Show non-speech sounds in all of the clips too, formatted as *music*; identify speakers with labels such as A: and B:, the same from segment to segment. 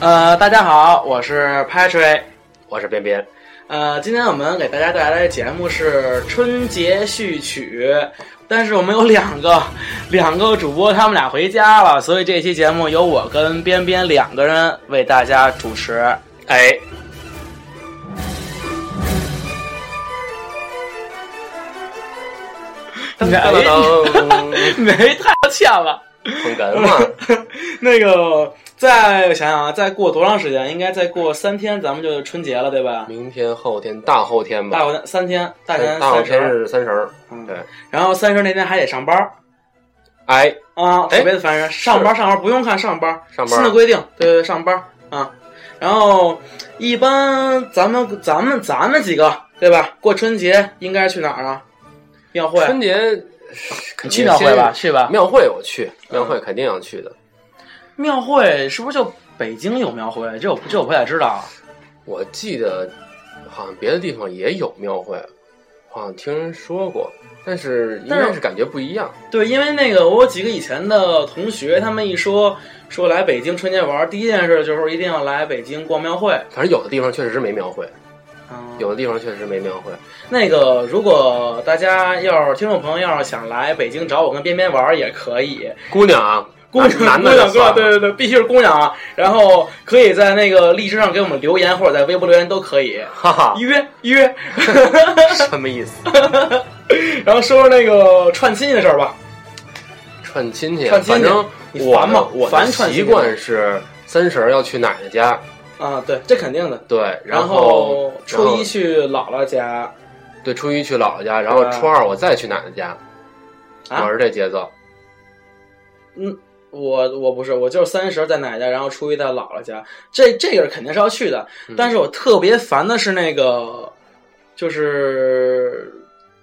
A: 呃，大家好，我是 Patrick。
B: 我是边边，
A: 呃，今天我们给大家带来的节目是春节序曲，但是我们有两个 *laughs* 两个主播，他们俩回家了，所以这期节目由我跟边边两个人为大家主持。
B: 哎，
A: 没
B: 噔噔
A: *laughs*
B: 噔
A: 没太欠了。
B: 捧哏嘛，
A: 那个，再想想啊，再过多长时间？应该再过三天，咱们就春节了，对吧？
B: 明天后天大后天
A: 大
B: 吧，
A: 后天三天，大
B: 嗯
A: 年
B: 大后
A: 三
B: 天
A: 十，
B: 是三十儿，
A: 嗯
B: 对，
A: 然后三十那天还得上班儿
B: 哎，
A: 啊，
B: 哎
A: 特别的烦人。上班上班不用看上班，
B: 上
A: 新
B: 班
A: 的
B: 儿
A: 规定，对对对，上班啊。然后一般咱们咱们咱们几个对吧？过春节应该去哪儿啊？庙会，
B: 春节
A: 你去庙会吧，？去吧。
B: 庙会我去，庙会肯定要去的。
A: 庙会是不是就北京有庙会？这我这我不太知道啊。
B: 我记得好像别的地方也有庙会，好像听人说过，但是应
A: 但
B: 该
A: 是
B: 是感觉不一样。
A: 对，因为那个我有几个以前的同学，他们一说说来北京春节玩儿，第一件事就是一定要来北京逛庙会。
B: 反正有的地方确实是没庙会，
A: 嗯，
B: 有的地方确实没庙会。
A: 那个，如果大家要是听众朋友要是想来北京找我跟边边玩儿也可
B: *laughs*
A: 以，
B: 姑娘啊，
A: 姑娘
B: 男
A: 姑
B: 的
A: 娘姑娘，
B: 就算
A: 对
B: 了，
A: 对对，必须是姑娘啊。然后可以在那个荔枝上给我们留言，或者在微博留言都可以。
B: 哈哈，
A: 约约，
B: 什么意思？
A: 然后说说那个串亲戚的事儿吧。
B: 串亲戚啊，
A: 串亲戚
B: 反正
A: 你
B: 我
A: 烦吗
B: 的我
A: 烦
B: 的
A: 串亲戚
B: 习
A: 吗
B: 惯是三十儿要去奶奶家，
A: 啊，对，这肯定的。
B: 对，
A: 然
B: 后然
A: 初
B: 后
A: 一去姥姥家，
B: 对初一去姥姥家，然后
A: 对
B: 初二我再去奶奶家，
A: 啊
B: 我是这节奏。
A: 我我不是，我就是三十在奶奶家，然后初一在姥姥家，这这个肯定是要去的。
B: 嗯
A: 但是我特别烦的是那个，就是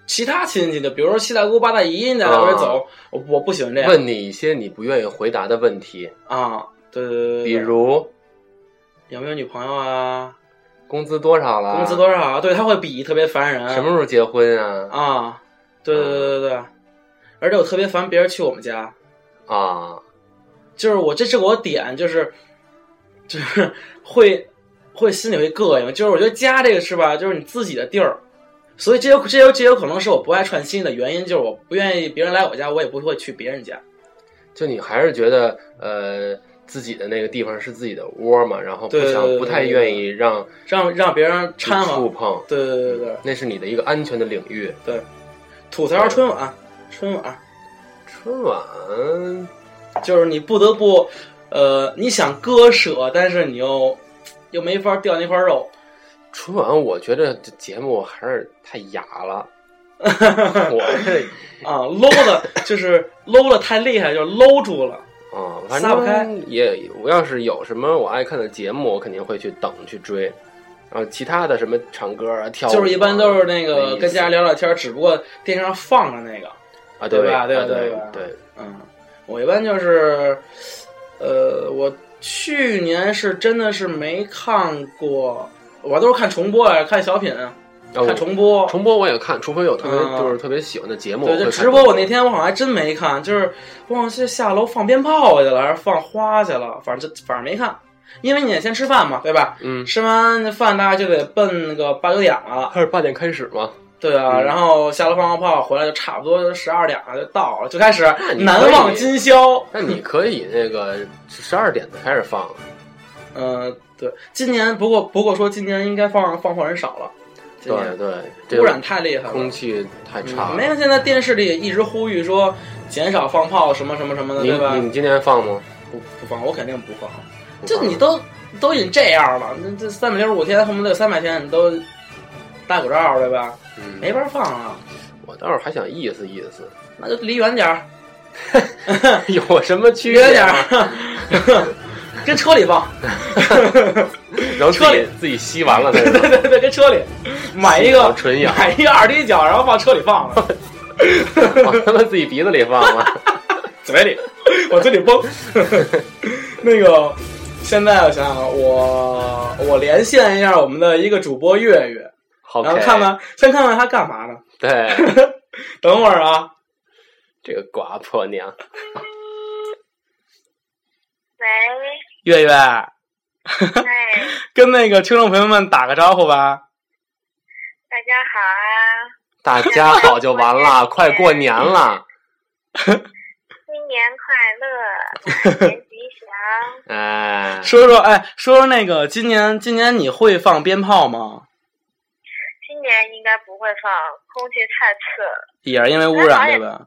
A: 其他亲戚的，比如说七大姑八大姨，你在
B: 啊
A: 外边走，我我不喜欢这样
B: 问你一些你不愿意回答的问题，
A: 啊。对对对对，
B: 比如
A: 有没有女朋友啊，
B: 工资多少啦，
A: 工资多少啊？对，他会比特别烦人。
B: 什么时候结婚啊？
A: 啊？对对对对对，而且我特别烦别人去我们家。
B: 啊，
A: 就是我这是我点，就是就是会会心里会膈应，就是我觉得家这个是吧，就是你自己的地儿，所以这有这有这有可能是我不爱串亲的原因，就是我不愿意别人来我家，我也不会去别人家。
B: 就你还是觉得呃自己的那个地方是自己的窝嘛，然后不
A: 对对
B: 想
A: 对
B: 不太
A: 对
B: 愿意让
A: 让让别人
B: 去
A: 掺
B: 触
A: 和，
B: 碰，
A: 对对对对对，
B: 那是你的一个安全的领域。
A: 吐槽春晚，春晚
B: 春晚
A: 就是你不得不，呃，你想割舍，但是你又又没法掉那块肉，
B: 春晚，我觉得这节目还是太哑
A: *laughs*
B: 了。我这
A: 啊，搂的，就是搂的太厉害，就是搂住了，
B: 啊，反
A: 撒不开
B: 正也，我要是有什么我爱看的节目，我肯定会去等去追。然后其他的什么唱歌啊、跳舞啊，
A: 就是一般都是那
B: 没意
A: 个
B: 思
A: 跟家人聊聊天儿，只不过电视上放着那个。
B: 啊，
A: 对吧
B: 啊
A: 对
B: 对
A: 吧对吧
B: 对，
A: 嗯，我一般就是，呃，我去年是真的是没看过，我都是看重播啊，看小品，
B: 啊
A: 看
B: 我
A: 重播。
B: 重播我也看，除非有特别
A: 嗯
B: 就是特别喜欢的节目，
A: 对，
B: 我
A: 就
B: 会看
A: 直播我那天我好像还真没看，就是我好像是下楼放鞭炮去了，还是放花去了，反正就反正没看，因为你得先吃饭嘛，对吧？
B: 嗯，
A: 吃完那饭大概就得奔那个八九点了。
B: 还是八点开始嘛，
A: 对啊，
B: 嗯
A: 然后下楼放放炮，回来就差不多十二点了，就到了，就开始
B: 你
A: 难
B: 可以
A: 忘今宵。
B: 那
A: *laughs*
B: 你可以那个十二点开始放，
A: 嗯、对，今年不过不过说今年应该放放炮人少了，今
B: 对
A: 年
B: 对，这
A: 污染太厉害了。
B: 空气太差
A: 嗯
B: 了。
A: 没有，现在电视里也一直呼吁说减少放炮什么什么什么的，
B: 你
A: 对吧？
B: 你们今天放吗？
A: 不不放，我肯定不放。
B: 不
A: 就
B: 放
A: 你都都已经这样了，那这三百六十五天，恨不得有三百天，你都戴口罩对吧？
B: 嗯
A: 没法放啊，
B: 我倒是还想意思意思，
A: 那就离远点儿，
B: *laughs* 有什么区
A: 离
B: 别
A: 远点
B: 啊？
A: 儿， *laughs* 跟车里放。
B: 然后自
A: 车
B: 己
A: 里
B: 自己吸完 *laughs* 了再
A: 对对对，跟车里买一
B: 吸
A: 个
B: 口纯 *laughs* 氧
A: 买一个二踢脚，然后往车里放了，
B: 往他们自己鼻子里放 *laughs* 了。
A: 嘴里，我嘴里崩。 *laughs* 那个，现在我想想啊，我我连线一下我们的一个主播月月，
B: 好，
A: 然后看。看先看看他干嘛呢？
B: 对，
A: 等会儿啊，
B: 这个寡婆娘，
C: 喂，
A: 月月，
D: 哎，
A: 跟那个听众朋友们打个招呼吧。
D: 大家好啊！
B: 大家好就完了，快过年了，
D: 新年快乐，百年吉
B: *laughs*
D: 祥。
B: 哎，
A: 说说，哎，说说那个今年今年你会放鞭炮吗？
D: 今年应该不会放，空气太次了。
A: 也是因为污染
D: 哎
A: 对吧？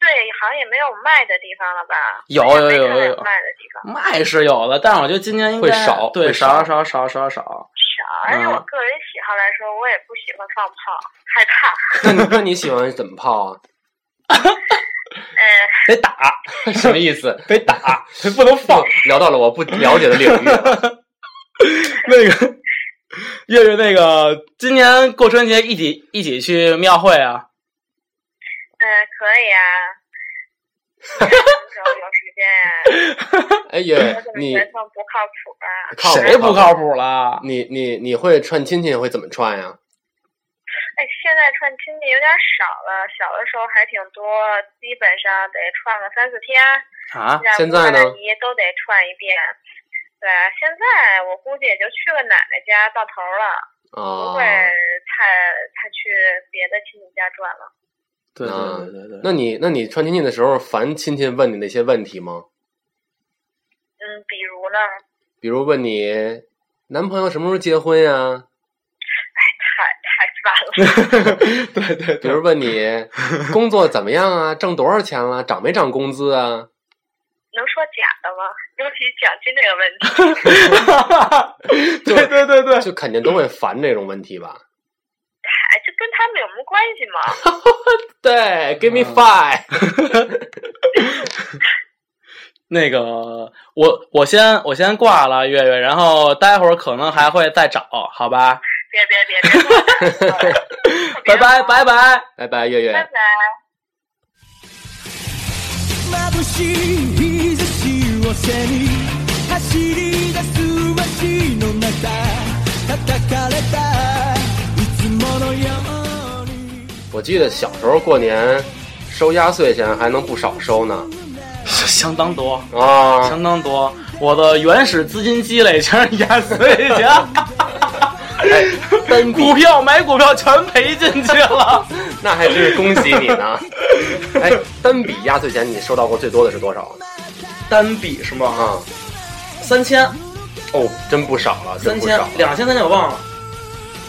D: 对，好像也没有卖的地方了吧？
A: 有
D: 好像没
A: 哦有有
D: 看到
A: 有有
D: 卖的地方
A: 卖是有的，但是我觉得今年应该
B: 会少
A: 对
B: 会
A: 少
B: 少
A: 少少少少。
D: 少，而且我
A: 嗯
D: 个人喜好来说，我也不喜欢放炮，害怕。
B: 那你那你喜欢怎么泡啊？ *laughs*
D: 呃，
A: 得打，
B: 什么意思？
A: 得打， *laughs* 不能放。
B: 聊到了我不了解的领 *laughs* 域，
A: 那个月月，那个今年过春节一起一起去庙会啊？
D: 嗯，可
A: *laughs*
D: 以啊。什么时候有时间呀、
B: 哎
D: 我
B: 呀
D: 怎，么
B: 你
D: 觉得不靠谱啊？
B: 靠
A: 谁不靠
B: 靠谱？
A: 谱了？
B: 你你你会串亲戚会怎么串呀？
D: 哎，现在串亲戚有点少了，小的时候还挺多，基本上得串个三四天。
A: 啊？
B: 现在呢
D: 大姨都得串一遍。对，啊现在我估计也就去个奶奶家到头了，
B: 啊
D: 不会，太太去别的亲戚家转了。
A: 对对
B: 啊
A: 对对对。
B: 那你那你串亲戚的时候烦亲戚问你那些问题吗？
D: 嗯，比如呢，
B: 比如问你男朋友什么时候结婚啊呀？
D: 太太烦了。
A: 对对，
B: 比如问你
A: *laughs*
B: 工作怎么样啊？挣多少钱了？涨没涨工资啊？
D: 能说假的吗？尤其奖金这个问题，
A: *laughs* 对对对对，
B: 就肯定都会烦这种问题吧？
D: 哎，这跟他们有什么关系吗？
B: 对，Give me
A: 嗯
B: five。 *laughs*
A: 那个我我先我先挂了月月，然后待会儿可能还会再找，好吧？
D: 别别别别说了，
A: 拜拜拜拜。
B: 拜拜，月
D: 拜
B: 月。
D: 拜。
E: 眩しい日差しを背に走り出す街の中叩かれたいつものように
B: 我记得小时候过年收压岁钱还能不少收呢
A: 相当多，
B: 啊！
A: 相当多。我的原始资金积累全是压岁 *laughs*
B: 哎
A: 钱，
B: 单
A: 股票买股票全赔进去了。
B: 那还真是恭喜你呢。哎，单笔压岁钱你收到过最多的是多少
A: 单笔是吗？
B: 啊？
A: 三千、
B: 哦，真不少了，真
A: 三
B: 不
A: 千
B: 少了、
A: 两千、三千，我忘了。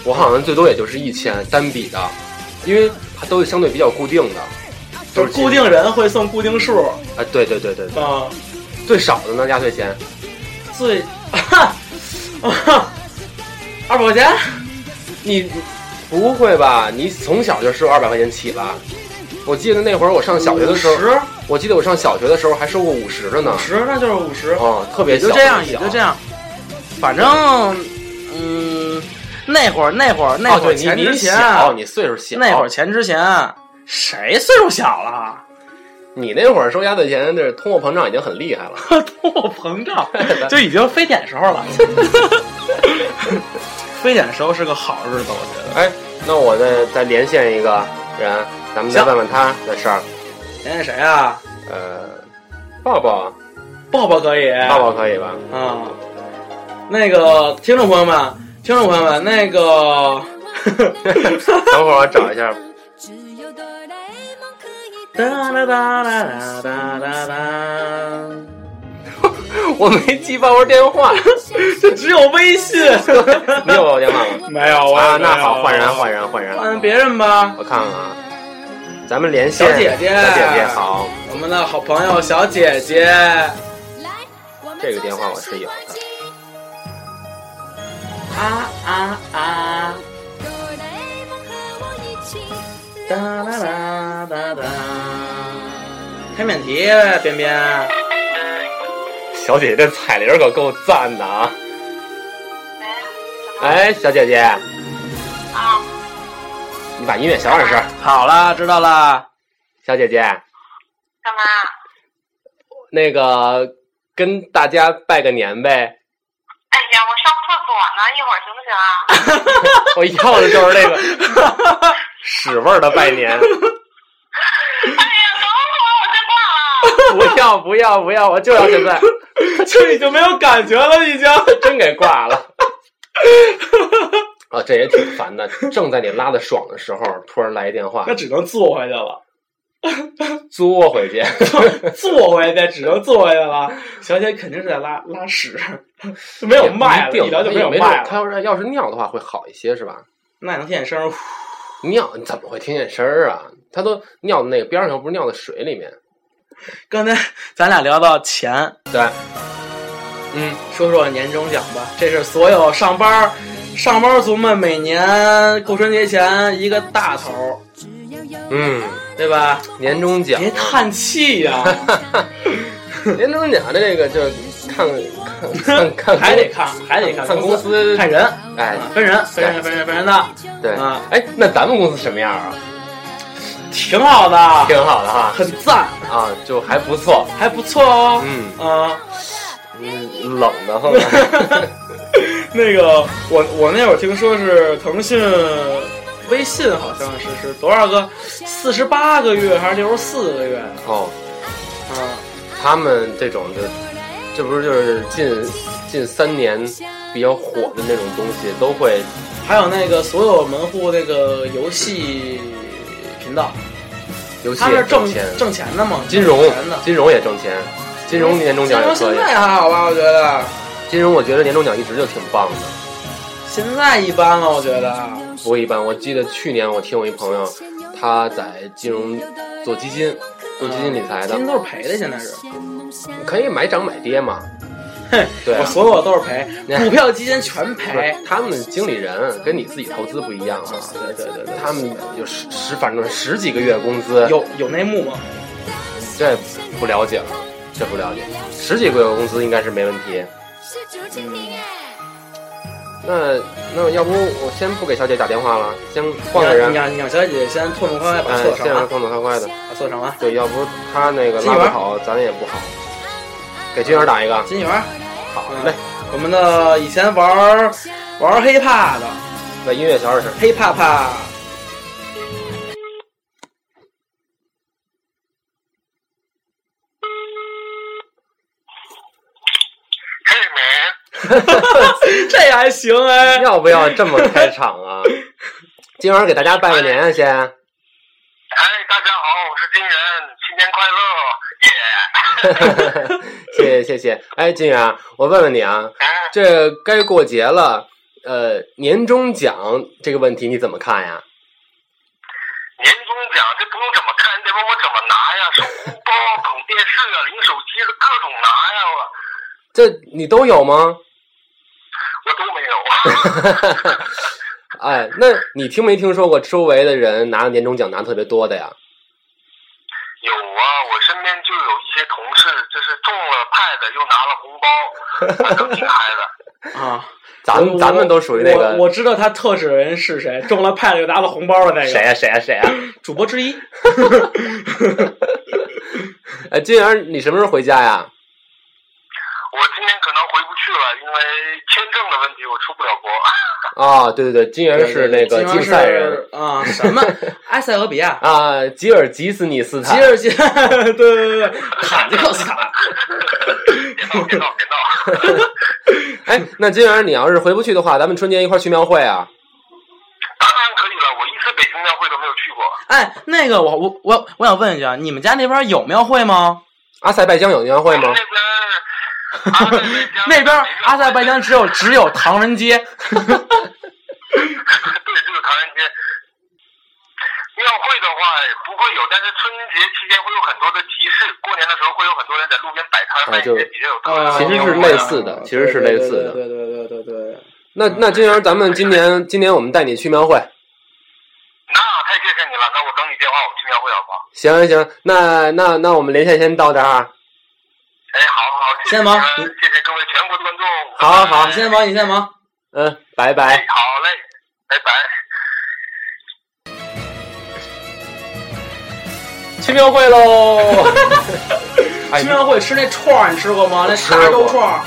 B: 我好像最多也就是一千单笔的，因为它都是相对比较固定的，
A: 就
B: 都
A: 是固定人会送固定数
B: 啊、对对对对对，
A: 啊、
B: 最少的呢压岁钱
A: 最 *laughs* 二百块钱。
B: 你不会吧？你从小就收二百块钱起吧？我记得那会儿我上小学的时候，
A: 十
B: 我记得我上小学的时候还收过五十的呢，
A: 十那就是五十，
B: 哦，特别
A: 也
B: 小，
A: 就这样，
B: 特
A: 也
B: 别小
A: 就这。样。反正，嗯，那会儿那会儿那
B: 哦，
A: 会儿
B: 对，你
A: 钱
B: 你
A: 之前，
B: 小，哦你岁数小，
A: 那会儿钱之前，谁岁数小了？
B: 你那会儿收压岁钱，这通货膨胀已经很厉害了。
A: *laughs* 通货膨胀就已经非典时候了。 *laughs* 非典时候是个好日子，我觉得。
B: 哎，那我再再连线一个人，咱们再
A: 行
B: 问问他的事儿。
A: 连线谁啊？
B: 呃，抱抱，
A: 抱抱可以。
B: 抱抱可以吧？
A: 啊，那个听众朋友们，听众朋友们，那个， *laughs*
B: 等会儿我找一下。
A: 哒哒哒哒哒哒哒哒，
B: *laughs* 我没记报过电话，
A: 这只有微信，
B: 你有我电话吗？
A: 没有
B: 啊，那好，换人，换人，换人。
A: 换别人吧。
B: 我看看啊，咱们连
A: 小姐
B: 线。
A: 姐
B: 小姐姐好，
A: 我们的好朋友小姐姐，
B: 这个电话我是有的。
A: 啊啊啊，哒哒哒哒哒。开免提呗，边边。
B: 小姐姐这彩铃可够赞的啊！哎，小姐姐，
D: 啊，
B: 你把音乐小点声。
A: 好啦，知道啦。
B: 小姐姐，
D: 干嘛？啊
B: 那个跟大家拜个年呗。 *laughs*
D: 哎呀，我上厕所呢，一会儿行不行啊？ *laughs*
B: 我要的就是那个屎味儿的拜年。
D: 哎呀，等会
B: 不
D: 儿我就挂了。
B: 要不要不要，我就要现在，
A: *laughs* 这已经没有感觉了，已经。
B: *laughs* 真给挂了。啊，这也挺烦的。正在你拉的爽的时候，突然来一电话
A: 那，只能坐回去 *laughs* 了，
B: 作回去。
A: 坐回去只能坐回去了。小姐肯定是在拉拉屎， *laughs* 就没有
B: 没
A: 脉了，一
B: 定
A: 聊就没有
B: 没
A: 脉
B: 他
A: 了。
B: 要是要是尿的话会好一些是吧？
A: 那能听见声儿，呼
B: 尿你怎么会听见声儿啊？他都尿那个边上，又不是尿在水里面。
A: 刚才咱俩聊到钱，
B: 对，嗯，
A: 说说年终奖吧，这是所有上班儿上班族们每年过春节前一个大头儿，
B: 嗯，
A: 对吧？
B: 年终奖，啊
A: 别叹气呀、
B: 年终奖的这个就看
A: *laughs*
B: 看看看，
A: 还得看，还得看
B: 看
A: 公
B: 公司
A: 看人，
B: 哎，
A: 分人，分人，分人，分人的，
B: 对
A: 啊，
B: 哎，那咱们公司什么样啊？
A: 挺好的，
B: 挺好的哈，
A: 很赞，
B: 啊，就还不错，
A: 还不错哦。
B: 嗯
A: 啊，
B: 嗯，冷
A: *laughs*
B: 的很，
A: 那个我我那会儿听说是腾讯微信好像是是多少个，四十八个月还是六十四个月
B: 哦，
A: 啊？
B: 他们这种就，这不是就是近近三年比较火的那种东西，都会
A: 还有那个所有门户那个游戏频道，
B: 尤其
A: 他们是挣
B: 钱，
A: 挣钱的嘛，
B: 金融
A: 挣钱的。
B: 金融也挣钱，金融年终奖也
A: 现
B: 可以，
A: 在还好吧？我觉得
B: 金融我觉得年终奖一直就挺棒的。
A: 现在一般了，我觉得。啊
B: 不一般。我记得去年我听我一朋友，他在金融做基金，做基金理财
A: 基金
B: 的，
A: 都是赔的，现在是。
B: 可以买涨买跌嘛。对啊
A: *laughs* 我所有都是
B: *laughs*
A: 赔，股票、基金全
B: 不
A: 赔
B: 是。他们经理人跟你自己投资不一样啊，
A: 对对对对，
B: 他们有十十反正十几个月工资，
A: 有有内幕吗？
B: 这不了解了，这不了解，十几个月工资应该是没问题。那那要不我先不给小姐打电话了，先换个人
A: 你，让你让小姐姐先痛痛快快把
B: 哎
A: 厕，所
B: 先
A: 上啊
B: 让
A: 完，
B: 动作快快的。
A: 把厕所上完。
B: 对，要不他那个
A: 金
B: 拉
A: 源
B: 不好，咱也不好。给金源打一个，
A: 金源，
B: 好
A: 嗯
B: 嘞。
A: 我们的以前玩儿玩儿黑怕的
B: 那音乐小
A: *laughs*
B: 点声。
A: 黑怕
B: *laughs*
A: 怕，
C: Hey man,
A: 这还行哎。
B: 要不要这么开场啊？今晚给大家拜个年啊，先。
C: 哎，大家好，我是金人，新年快乐，耶、
B: 谢谢谢谢。哎，金源，我问问你啊，
C: 嗯
B: 这该过节了，呃，年终奖这个问题你怎么看呀？
C: 年终奖这不用怎么看，这帮我怎么拿呀？手红包、 *laughs* 捧电视啊、领手机各种拿呀，我
B: 这你都有吗？
C: 我都没有。
B: *laughs* 哎，那你听没听说过周围的人拿年终奖拿特别多的呀？
C: 有啊，我身边就有一些同事，就是中了派的，又拿了红包，反正挺嗨的。
A: *laughs* 啊，
B: 咱们
A: 我
B: 咱们都属于那个
A: 我我知道他特指的人是谁，中了派了又拿了红包的那个
B: 谁呀、谁呀、谁呀、 *laughs*
A: 主播之一。
B: 哎，金源，你什么时候回家呀？
C: 我今年可能回不去了，因为签证的问题，我出不了国。 *laughs*
B: 啊、对对对，金源是那个
A: 金
B: 竞
A: 源
B: 赛人
A: 是啊，什
B: *laughs*
A: 么埃塞俄比亚、
B: 啊，吉尔吉斯尼斯
A: 吉
B: 坦。
A: 尔吉，对对对对，塔吉克斯坦。
C: 别闹，别闹，别闹！ *laughs*
B: 哎，那金源，你要是回不去的话，咱们春节一块儿去庙会啊？
C: 当然可以了，我一次北京庙会都没有去过。
A: 哎，那个我我我我想问一句啊，你们家那边有庙会吗？
B: 阿塞拜疆有庙会吗
C: 那？边儿，阿塞
B: *laughs*
C: 拜疆
A: 那边阿塞拜疆只有只有唐人街，
C: 对，这个唐人街。庙会的话不会有，但是春节期间会有很多的集市，过年的时候会有很多人在路边摆摊
B: 啊
C: 卖一
B: 就
C: 些比较有特
A: 啊
C: 色的
B: 其实
C: 东
B: 是类似的其实
C: 西
B: 是类似的
A: 对对对对对对对。
B: 那那金源，咱们今年今年我们带你去庙会。
C: 那太谢谢你了，那我等你电话，我去庙会好不好？
B: 行行行，那那那我们连线先到这儿啊。
C: 哎，好好，谢谢
A: 先
C: 你
A: 忙
C: 们，谢谢各位全国的观众。哎
B: 好好
A: 你先忙，你先忙。
B: 嗯，拜拜。
C: 好嘞，拜拜。
B: 去庙会喽！
A: *laughs*
B: 哎
A: 去，庙会吃那串儿，你吃过吗？那
B: 吃过
A: 大肉串儿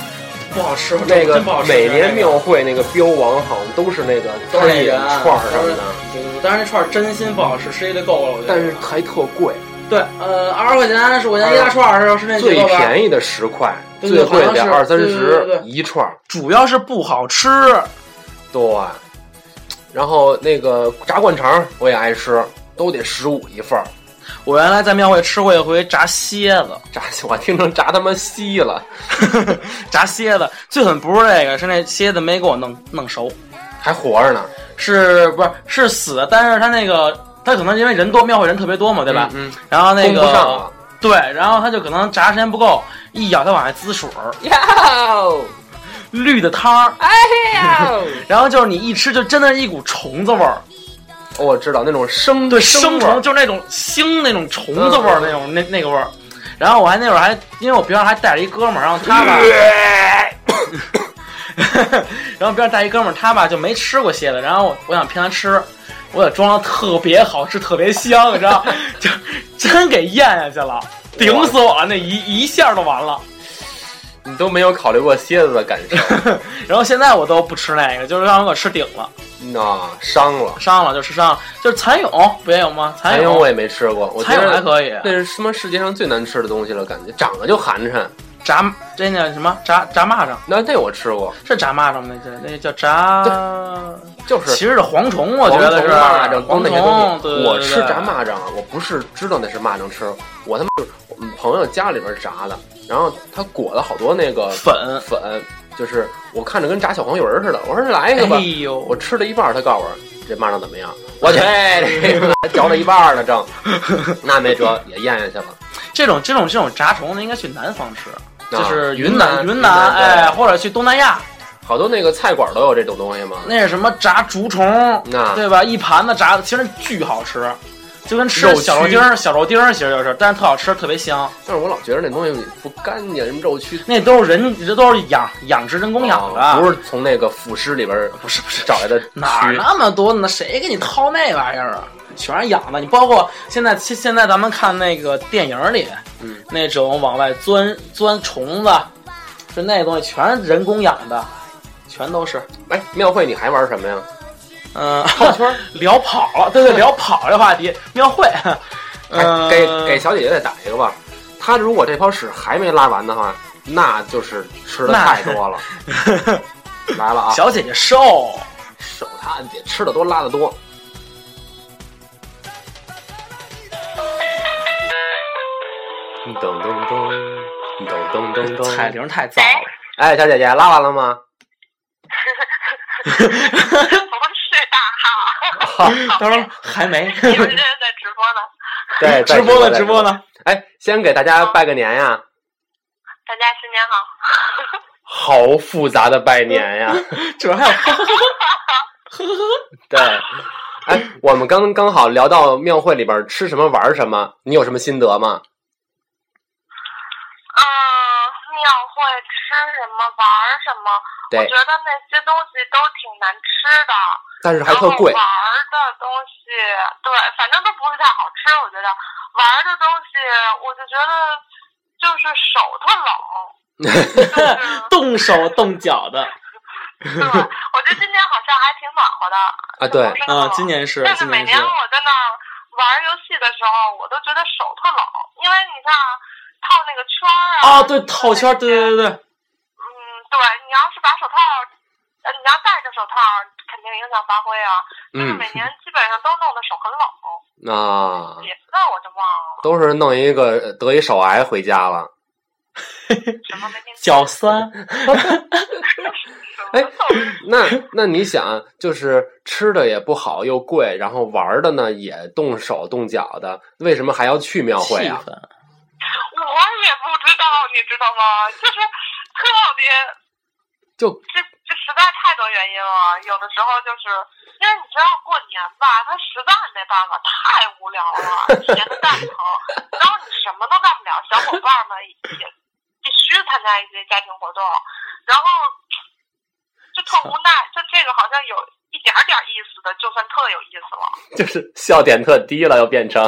A: 不好吃，
B: *laughs* 那个
A: 真不好吃。
B: 每年
A: 那个
B: 庙会那个标王好像都是那个
A: 都是那
B: 一
A: 个
B: 串儿什么的，
A: 对对对，但是那串儿真心不好吃，吃一顿够了，我觉得。
B: 但是还特贵。
A: 对，呃，二十块钱十五块钱一大串儿是是那
B: 最
A: 结构吧？
B: 便宜的十块，
A: 对
B: 最
A: 对
B: 贵
A: 好像
B: 的
A: 是
B: 二三
A: 对对对
B: 十
A: 对
B: 一串儿，
A: 主要是不好吃，
B: 对。然后那个炸灌肠我也爱吃，都得十五一份儿。
A: 我原来在庙会吃过一回炸蝎子，
B: 炸， *laughs* 我听成炸他妈稀了，
A: *laughs* 炸蝎子最狠不是这个，是那蝎子没给我弄弄熟，
B: 还活着呢，
A: 是不是是死的？但是他那个他可能因为人多，庙会人特别多嘛，对吧？
B: 嗯，嗯
A: 然后那
B: 供不上
A: 个
B: 了。
A: 对，然后他就可能炸时间不够，一咬它往外滋水儿，
B: 哟，
A: 绿的汤儿，
B: 哎呦，
A: *laughs* 然后就是你一吃就真的是一股虫子味儿，
B: 哦我知道那种生
A: 对，
B: 生
A: 生
B: 味儿
A: 虫就是那种腥那种虫子味儿
B: 嗯
A: 那种、那那个味儿。然后我还那会儿还因为我边上还带着一哥们儿，然后他
B: *laughs*
A: 吧， *laughs* 然后边上带一哥们儿，他吧就没吃过蝎子，然后我我想骗他吃，我给装的特别好吃，特别香，你知道，就真给咽下去了，顶死我了，那一一下就完了。
B: 你都没有考虑过蝎子的感
A: *laughs*
B: 受，
A: 然后现在我都不吃那个，就是让人给我吃顶了，
B: 那伤了。
A: 伤了就吃伤了，就是蚕蛹不也有吗？蚕
B: 蚕
A: 蛹
B: 蛹我也没吃过，我觉
A: 蚕蛹还
B: 得
A: 可以，
B: 那是什么世界上最难吃的东西了，感觉长得就寒碜。
A: 炸这叫什么炸炸蚂蚱。
B: 那那我吃过，
A: 是炸蚂蚱吗？那叫那叫炸，
B: 就是
A: 其实是蝗虫，我
B: 蝗
A: 觉
B: 虫
A: 得是
B: 蚂蚱，光
A: 蝗
B: 那些东
A: 虫。
B: 西。
A: 对，对
B: 我吃炸，
A: 对
B: 蚂蚱，啊我不是知道那是蚂蚱吃，我他妈就是我们朋友家里边炸的，然后他裹了好多那个
A: 对粉。
B: 粉，就是我看着跟炸小黄鱼儿似的。我说来一个吧
A: 哎，呦，
B: 我吃了一半儿，他告诉我这蚂蚱怎么样？我去，哎
A: *laughs*
B: 这个还嚼了一半儿呢，正那没辙，也咽下去了。
A: 这种这种这种炸虫子应该去南方吃，就
B: 啊
A: 是
B: 云
A: 南
B: 南
A: 云
B: 云南对
A: 哎，或者去东南亚，
B: 好多那个菜馆都有这种东西嘛。
A: 那是什么炸竹虫，
B: 那
A: 对吧？一盘子炸的，其实巨好吃，就跟吃
B: 肉
A: 小肉
B: 须
A: 丁儿小肉丁儿其实就是，但是特好吃，特别香。
B: 但是我老觉得那东西不干净，什么肉蛆
A: 那都是人，这都是养养殖人工养的，
B: 哦不是从那个腐尸里边儿
A: 不是不是
B: 找来的蛆。
A: 哪儿那么多呢？谁给你掏那玩意儿啊？全是养的。你包括现在，现现在咱们看那个电影里，
B: 嗯，
A: 那种往外钻钻虫子，就那东西全是人工养的，全都是。
B: 哎，庙会你还玩什么呀？
A: 嗯、
B: 套圈儿，
A: *laughs* 聊跑了，对对，聊跑这话题，庙会。嗯、
B: 还哎给给小姐姐再打一个吧。她如果这泡屎还没拉完的话，那就是吃的
A: 那
B: 太多了。
A: *laughs*
B: 来了啊，
A: 小姐姐瘦，
B: 手她得吃的多，拉的多。噔噔噔噔噔噔噔，
A: 彩铃太早了。
B: 哎，小姐姐拉完了吗？
D: 不是大号，
A: 他说还没，
D: 你们这啊是在直播呢。
B: *laughs* 对，在
A: 直播呢，
B: 在
A: 直播呢。
B: 哎，先给大家拜个年呀！
D: 大家新年好，
B: 好复杂的拜年呀！
A: 主要还有，
B: *laughs* 对，哎，我们刚刚好聊到庙会里边吃什么玩什么，你有什么心得吗？
D: 嗯，庙会吃什么玩儿什么，我
B: 对
D: 觉，得那些东西都挺难吃的，
B: 但是还
D: 然
B: 特
D: 后
B: 贵
D: 玩，儿的东西，对，反正都不是太好吃，我觉得玩儿的东西，我就觉得就是手特
B: *laughs*
D: 冷。就是
A: 动手动脚的
D: 对，我觉得今年好像还挺暖和的
B: 啊对
D: 就不是哦那么
A: 啊、
D: 冷
A: 今年是
D: 但是
A: 今
D: 每
A: 年
D: 年
A: 是。
D: 我在那儿玩游戏的时候，我都觉得手特冷，因为你看啊套那个圈儿啊。
A: 啊，对，套圈儿，对对对对，
D: 嗯，对，你要是把手套，呃，你要戴着手套，肯定影响发挥啊。就是
B: 嗯
D: 每年基本上都弄得手很冷，
B: 啊，
A: 嗯
D: 节那我就忘了
B: 都是弄一个呃得一手癌回家了。
D: 什么没听清。
A: 脚
B: *laughs*
A: 酸，
B: 哎， *laughs* 那那你想，啊就是吃的也不好又贵，然后玩的呢也动手动脚的，为什么还要去庙会啊
A: 气？氛
D: 我也不知道，你知道吗？就是特别，
B: 就
D: 这这实在太多原因了。有的时候就是因为你知道过年吧，他实在没办法，太无聊了，闲的蛋疼，然后你什么都干不了，小伙伴们也必须参加一些家庭活动，然后就特无奈，就这个好像有一点点意思的，就算特有意思了。
B: *laughs* 就是笑点特低了，又变成。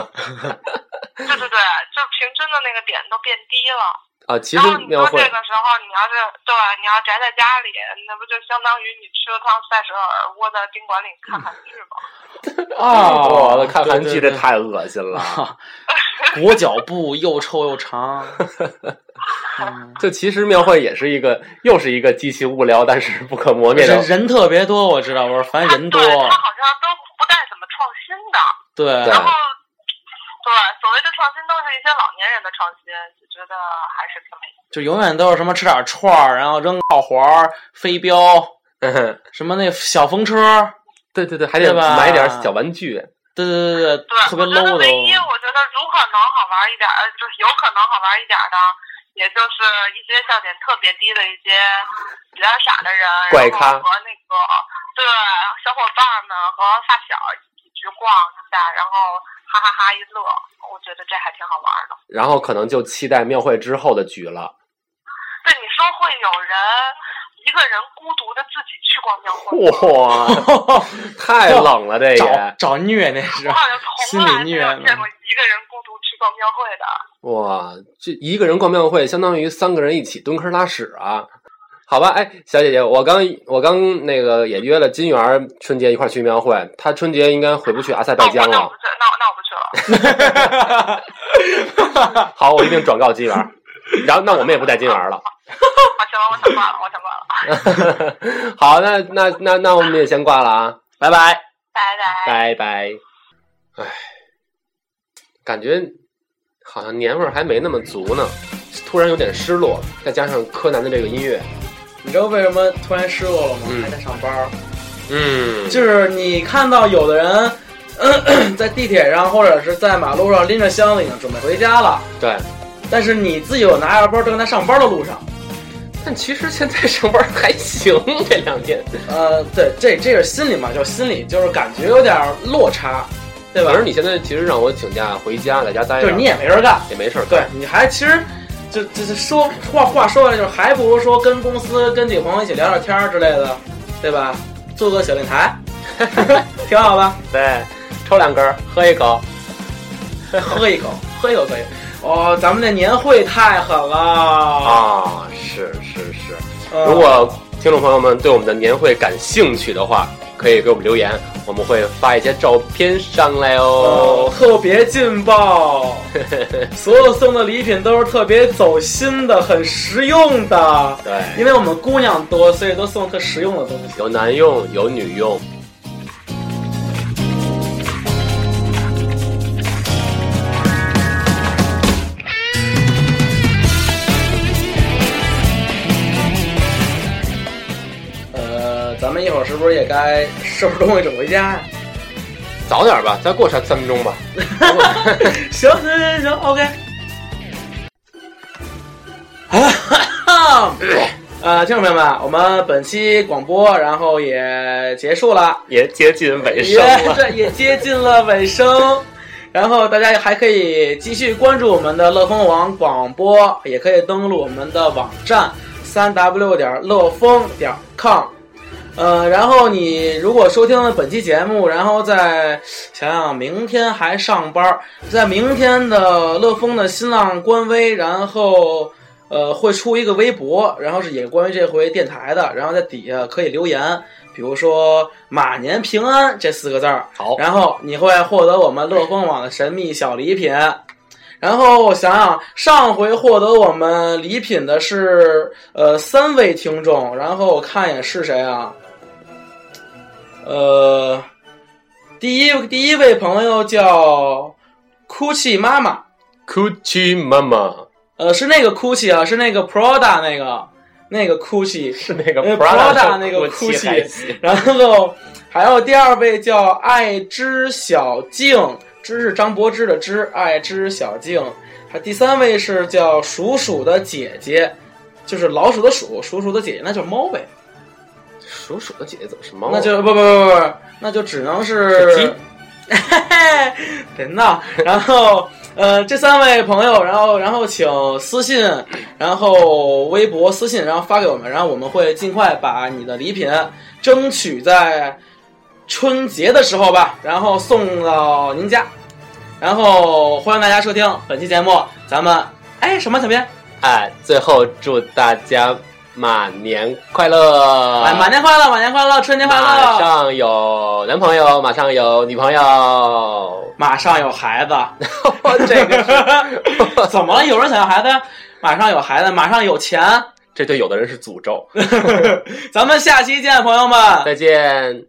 D: 对对对，就平均的那个点都变低了。
B: 啊，其
D: 然
B: 实
D: 后你
B: 庙
D: 说
B: 会
D: 这个时候，你要是对，啊你要宅在家里，那不就相当于你吃了趟塞舌尔，窝在宾
B: *laughs*
D: 馆里看韩剧吗？
B: 哇，
A: 哦
B: 那，看韩剧
A: 对
B: 这
A: 对
B: 太恶心了。
A: 啊， *laughs* 裹脚布又臭又
B: *laughs*
A: 长。嗯
B: 就其实庙会也是一个，又是一个极其无聊但是不可磨灭
A: 人
B: 的。
A: 人特别多，我知道，我说反正人多
D: 对，，他好像都不带怎么创新的。
A: 对，
B: 嗯
D: 然后，对，所谓的创新都是一些老年人的创新，就觉得还是挺没意思
A: 就永远都是什么吃点串儿，然后扔炮环儿、飞镖，
B: 嗯
A: 什么那小风车，
B: 对对对，还得
A: 对吧
B: 买点小玩具。
A: 对对对对
D: 对，，
A: 特别
D: 我觉得
A: low 的哦
D: 唯一我觉得如可能好玩一点儿，呃，就是有可能好玩一点儿的，也就是一些笑点特别低的一些比较傻的人，
B: 怪
D: 然
B: 咖
D: 后和那个对小伙伴们和发小一起去逛一下，然后哈哈哈一乐，我觉得这还挺好玩的。
B: 然后可能就期待庙会之后的局了。
D: 对，你说会有人一个人孤独的自己去逛庙会吗？
B: 哇，
A: *laughs* 哦，
B: 太冷了，这
A: 找
B: 也
A: 找虐那
D: 我
A: 是
D: 好像从来
A: 心里
D: 没
A: 虐
C: 啊
D: 有
A: 呢
D: 见过一个人孤独去逛庙会的。
B: 哇，这一个人逛庙会，相当于三个人一起蹲坑拉屎啊。好吧，哎，小姐姐，我刚我刚那个也约了金媛儿春节一块儿去庙会，她春节应该回不去阿塞拜疆
D: 那我
C: 哦
B: 了
D: 不。去，那我那我不去了。
B: 好，我一定转告金媛儿。然后那我们也不带金媛儿了。 *laughs*
D: 啊，行了，我想挂了，我想挂了，
B: 好，那那那那我们也先挂了啊，
A: 拜拜。
D: 拜拜。
B: 拜拜。哎，感觉好像年味儿还没那么足呢，突然有点失落，再加上柯南的这个音乐，
A: 你知道为什么突然失落了吗？
B: 嗯
A: 还在上班儿，
B: 嗯，
A: 就是你看到有的人。嗯 *coughs* 在地铁上或者是在马路上拎着箱子已经准备回家了，
B: 对。
A: 但是你自己有拿着包正在上班的路上，
B: 但其实现在上班还行，这两天，
A: 呃，对，这这是心理嘛，就是心理就是感觉有点落差，对吧
B: 可？是你现在其实让我请假回家，在家待
A: 就
B: 着，
A: 是你也没人干，
B: 也没事儿干。
A: 对，你还其实就就就说话话说回来，就是还不如说跟公司跟几个朋友一起聊聊天儿之类的，对吧？做个小电台， *laughs* 挺好吧？
B: 对，抽两根儿，喝一口。
A: 喝一口，喝一口可以。哦，咱们这年会太狠了啊！
B: 啊，是是是。
A: 嗯
B: 如果听众朋友们对我们的年会感兴趣的话，可以给我们留言，我们会发一些照片上来
A: 哦
B: 哦。
A: 特别劲爆，所有送的礼品都是特别走心的，很实用的。
B: 对，
A: 因为我们姑娘多，所以都送特实用的东西。
B: 有男用，有女用。
A: 呃，咱们一会儿是不是也该收拾东西准回家呀？
B: 早点吧，再过三三分钟吧。
A: 行行行行，OK。啊，呃，听众朋友们，我们本期广播然后也结束了，
B: 也接近尾
A: 也
B: 声了。
A: 这也接近了尾声。然后大家还可以继续关注我们的乐蜂网广播，也可以登录我们的网站三 w 点乐蜂点 com。呃，然后你如果收听了本期节目，然后再想想明天还上班儿，在明天的乐蜂的新浪官微，然后呃会出一个微博，然后是也关于这回电台的，然后在底下可以留言，比如说“马年平安”这四个字儿，
B: *laughs* 好，
A: 然后你会获得我们乐蜂网的神秘小礼品。然后我想想，上回获得我们礼品的是呃三位听众，然后我看一眼是谁啊？呃，第一第一位朋友叫哭泣妈妈，
B: 哭泣妈妈
A: 呃，是那个哭泣啊，是那个 Prada 那个那个哭泣，
B: 是那个
A: 呃 Prada 那个哭泣
B: 还行
A: *laughs* 然后还有第二位叫爱之小静，知是张柏芝的知，爱之小静。还第三位是叫鼠鼠的姐姐，就是老鼠的鼠，鼠鼠的姐姐，那就是猫呗，
B: 鼠鼠的姐姐怎么是猫啊？
A: 那就不不不不，那就只能
B: 是鸡
A: 是， *laughs* 别闹。然后呃，这三位朋友，然后然后请私信，然后微博私信，然后发给我们，然后我们会尽快把你的礼品争取在春节的时候吧，然后送到您家。然后欢迎大家收听本期节目，咱们哎什么小编？
B: 哎，最后祝大家马年快乐！
A: 哎，马年快乐，马年快乐，春节快
B: 啊马
A: 乐！
B: 上有男朋友，马上有女朋友。
A: 马上有孩子，
B: *laughs* 这个是
A: *laughs* 怎么了？有人想要孩子呀？马上有孩子，马上有
B: *laughs*
A: 钱。 *laughs*
B: 这对有的人是诅咒。
A: 咱们下期见，朋友们。
B: 再见。